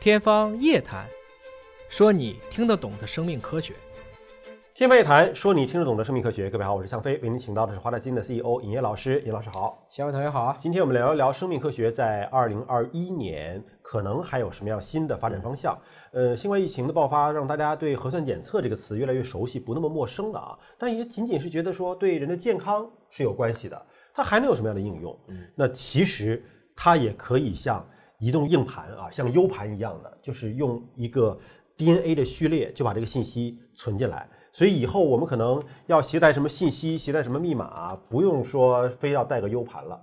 天方夜谭，说你听得懂的生命科学。天方夜谭，说你听得懂的生命科学。各位好，我是向飞，为您请到的是华大基因的 CEO 尹烨老师。尹老师好，小伟同学好啊！今天我们聊一聊生命科学在二零二一年可能还有什么样新的发展方向。呃，新冠疫情的爆发让大家对核酸检测这个词越来越熟悉，不那么陌生了啊。但也仅仅是觉得说对人的健康是有关系的，它还能有什么样的应用？那其实它也可以像移动硬盘啊，像 U 盘一样的，就是用一个 DNA 的序列就把这个信息存进来。所以以后我们可能要携带什么信息，携带什么密码、不用说非要带个 U 盘了。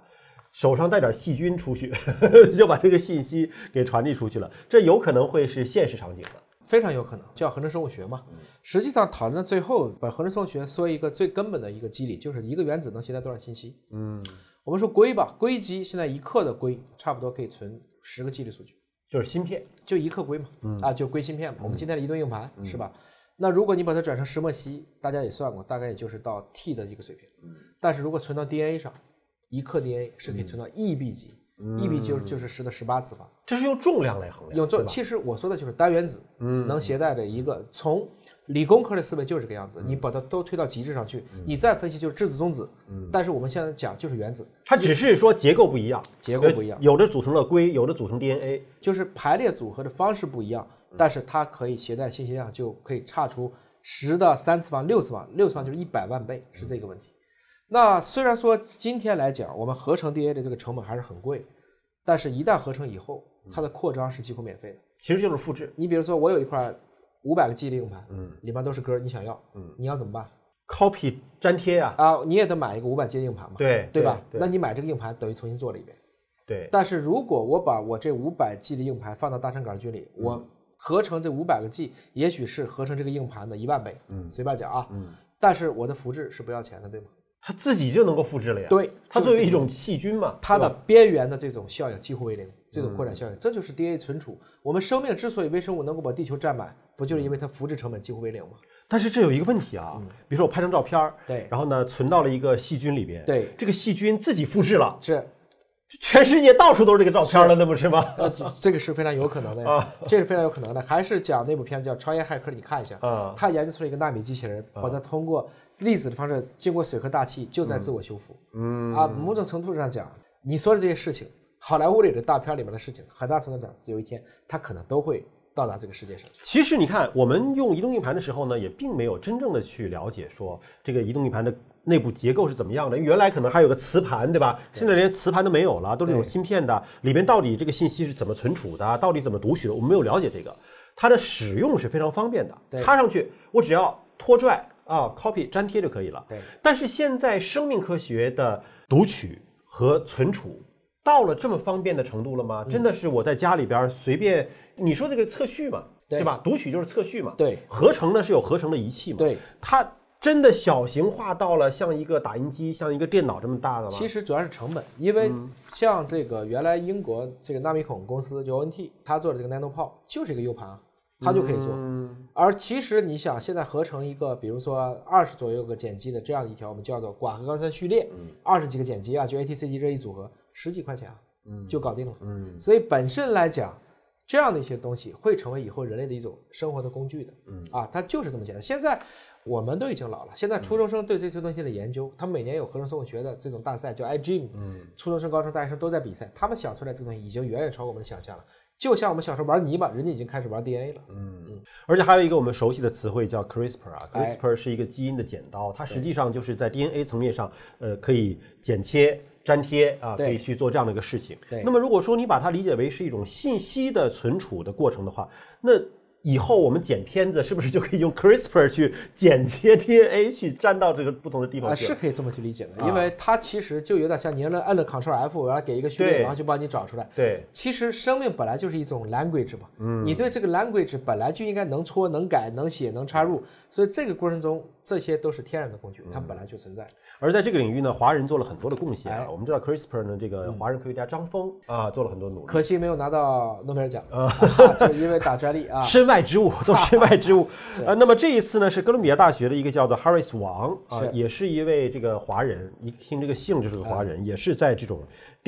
手上带点细菌出去， 就把这个信息给传递出去了。这有可能会是现实场景的。非常有可能叫合成生物学嘛。实际上讨论到最后，把合成生物学说一个最根本的一个机理，就是一个原子能携带多少信息。嗯，我们说硅吧，硅基现在一克的硅差不多可以存十个 G 的数据，就是芯片，就一克硅嘛，啊，就硅芯片嘛。我们今天的移动硬盘是吧？那如果你把它转成石墨烯，大家也算过，大概也就是到 T 的一个水平。但是如果存到 DNA 上，一克 DNA 是可以存到 EB 级，EB 级就是就是十的十八次方。这是用重量来衡量，用对做，吧？其实我说的就是单原子，能携带的一个从理工科的思维就是这个样子，你把它都推到极致上去，你再分析就是质子中子，但是我们现在讲就是原子，它只是说结构不一样，结构不一样呃有的组成了硅，有的组成 DNA。就是排列组合的方式不一样，嗯但是它可以携带信息量就可以差出十的三次方、六次方，六次方就是一百万倍，是这个问题。那虽然说今天来讲，我们合成 DNA 的这个成本还是很贵，但是一旦合成以后，它的扩张是几乎免费的。其实就是复制，你比如说，我有一块五百个 G 的硬盘，嗯，里面都是歌，你想要，嗯，你要怎么办 copy 粘贴啊，啊？你也得买一个五百 G 的硬盘嘛，对对吧？对对那你买这个硬盘等于重新做了一遍。对，但是如果我把我这五百 G 的硬盘放到大肠杆菌里，我嗯合成这五百个 G，也许是合成这个硬盘的一万倍，嗯，随便讲啊，嗯，但是我的复制是不要钱的，对吗？它自己就能够复制了呀。对它就是作为这一种细菌嘛，它对的吧嗯边缘的这种效应几乎为零，这种扩展效应，这就是 DNA 存储。我们生命之所以微生物能够把地球占满，不就是因为它复制成本几乎为零吗？但是这有一个问题啊，比如说我拍张照片儿，嗯对然后呢存到了一个细菌里边，对这个细菌自己复制了，是，全世界到处都是这个照片了，那不是吗？呃，这这个是非常有可能的，这是非常有可能的。还是讲那部片子叫《超越骇客》，你看一下，啊他研究出了一个纳米机器人，把它通过粒子的方式，经过水和大气，就在自我修复。嗯啊，某种程度上讲，你说的这些事情，好莱坞里的大片里面的事情，很大程度上讲，有一天它可能都会到达这个世界上。其实你看，我们用移动硬盘的时候呢，也并没有真正的去了解说这个移动硬盘的内部结构是怎么样的。因为原来可能还有个磁盘，对吧？现在连磁盘都没有了，都是那种对芯片的，里面到底这个信息是怎么存储的，到底怎么读取的，我们没有了解这个。它的使用是非常方便的，对插上去，我只要拖拽啊，copy 粘贴就可以了。对，但是现在生命科学的读取和存储到了这么方便的程度了嗯吗？真的是我在家里边儿随便，你说这个测序嘛，对吧？读取就是测序嘛，对合成呢是有合成的仪器嘛，对，它真的小型化到了像一个打印机、像一个电脑这么大了吗？其实主要是成本，因为像这个原来英国这个纳米孔公司就 ONT，它做的这个 Nano 炮就是一个 U 盘啊，它就可以做。而其实你想，现在合成一个，比如说二十左右个碱基的这样一条，我们叫做寡核钢酸序列，二十几个碱基啊，就 ATCG 这一组合，十几块钱啊，就搞定了。嗯，所以本身来讲。这样的一些东西会成为以后人类的一种生活的工具的，嗯啊，它就是这么简单。现在我们都已经老了，现在初中生对这些东西的研究，他们每年有合成生物学的这种大赛，叫 iGEM，嗯，初中生、高中生、大学生都在比赛，他们想出来这个东西已经远远超过我们的想象了。就像我们小时候玩泥巴，人家已经开始玩 DNA 了，而且还有一个我们熟悉的词汇叫 CRISPR 啊哎，CRISPR 是一个基因的剪刀，它实际上就是在 DNA 层面上，呃，可以剪切、粘贴啊，对可以去做这样的一个事情对。那么如果说你把它理解为是一种信息的存储的过程的话，那以后我们剪片子是不是就可以用 CRISPR 去剪切 DNA 去粘到这个不同的地啊、方去是了？可以这么去理解的，因为它其实就有点像你按了按了 Ctrl F，然后给一个序列，对然后就帮你找出来。对，其实生命本来就是一种 language 嘛，你对这个 language 本来就应该能戳、能改、能写、能插入，所以这个过程中这些都是天然的工具，它本来就存在。而在这个领域呢，华人做了很多的贡献啊哎。我们知道 CRISPR 呢，这个华人科学家张峰啊，做了很多努力。可惜没有拿到诺贝尔奖，啊、 就是因为打专 利啊。身外之物都是身外 之物。呃，那么这一次呢，是哥伦比亚大学的一个叫做 Harris 王啊、是嗯也是一位这个华人，一听这个姓就是个华人，也是在这种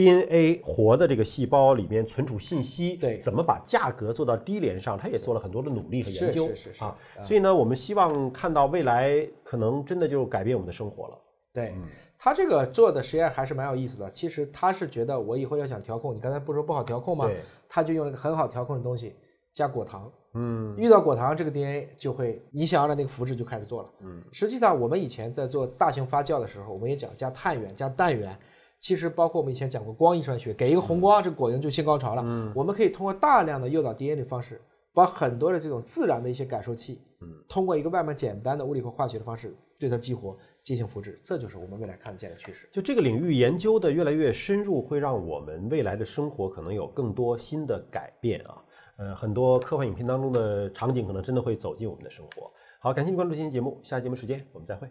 DNA 活的这个细胞里面存储信息，对怎么把价格做到低廉上，他也做了很多的努力和研是究是是是啊。嗯所以呢，我们希望看到未来可能真的就改变我们的生活了。对、他这个做的实验还是蛮有意思的。其实他是觉得我以后要想调控，你刚才不是说不好调控吗对？他就用了一个很好调控的东西，加果糖。嗯，遇到果糖，这个 DNA 就会你想要的那个复制就开始做了。嗯，实际上我们以前在做大型发酵的时候，我们也讲加碳源、加氮源。其实包括我们以前讲过光遗传学，给一个红光，这个果蝇就性高潮了。嗯，我们可以通过大量的诱导 DNA 的方式，把很多的这种自然的一些感受器，嗯，通过一个外面简单的物理和化学的方式对它激活进行复制，这就是我们未来看见的趋势。就这个领域研究的越来越深入，会让我们未来的生活可能有更多新的改变啊。呃，很多科幻影片当中的场景可能真的会走进我们的生活。好，感谢您关注今天节目，下期节目时间我们再会。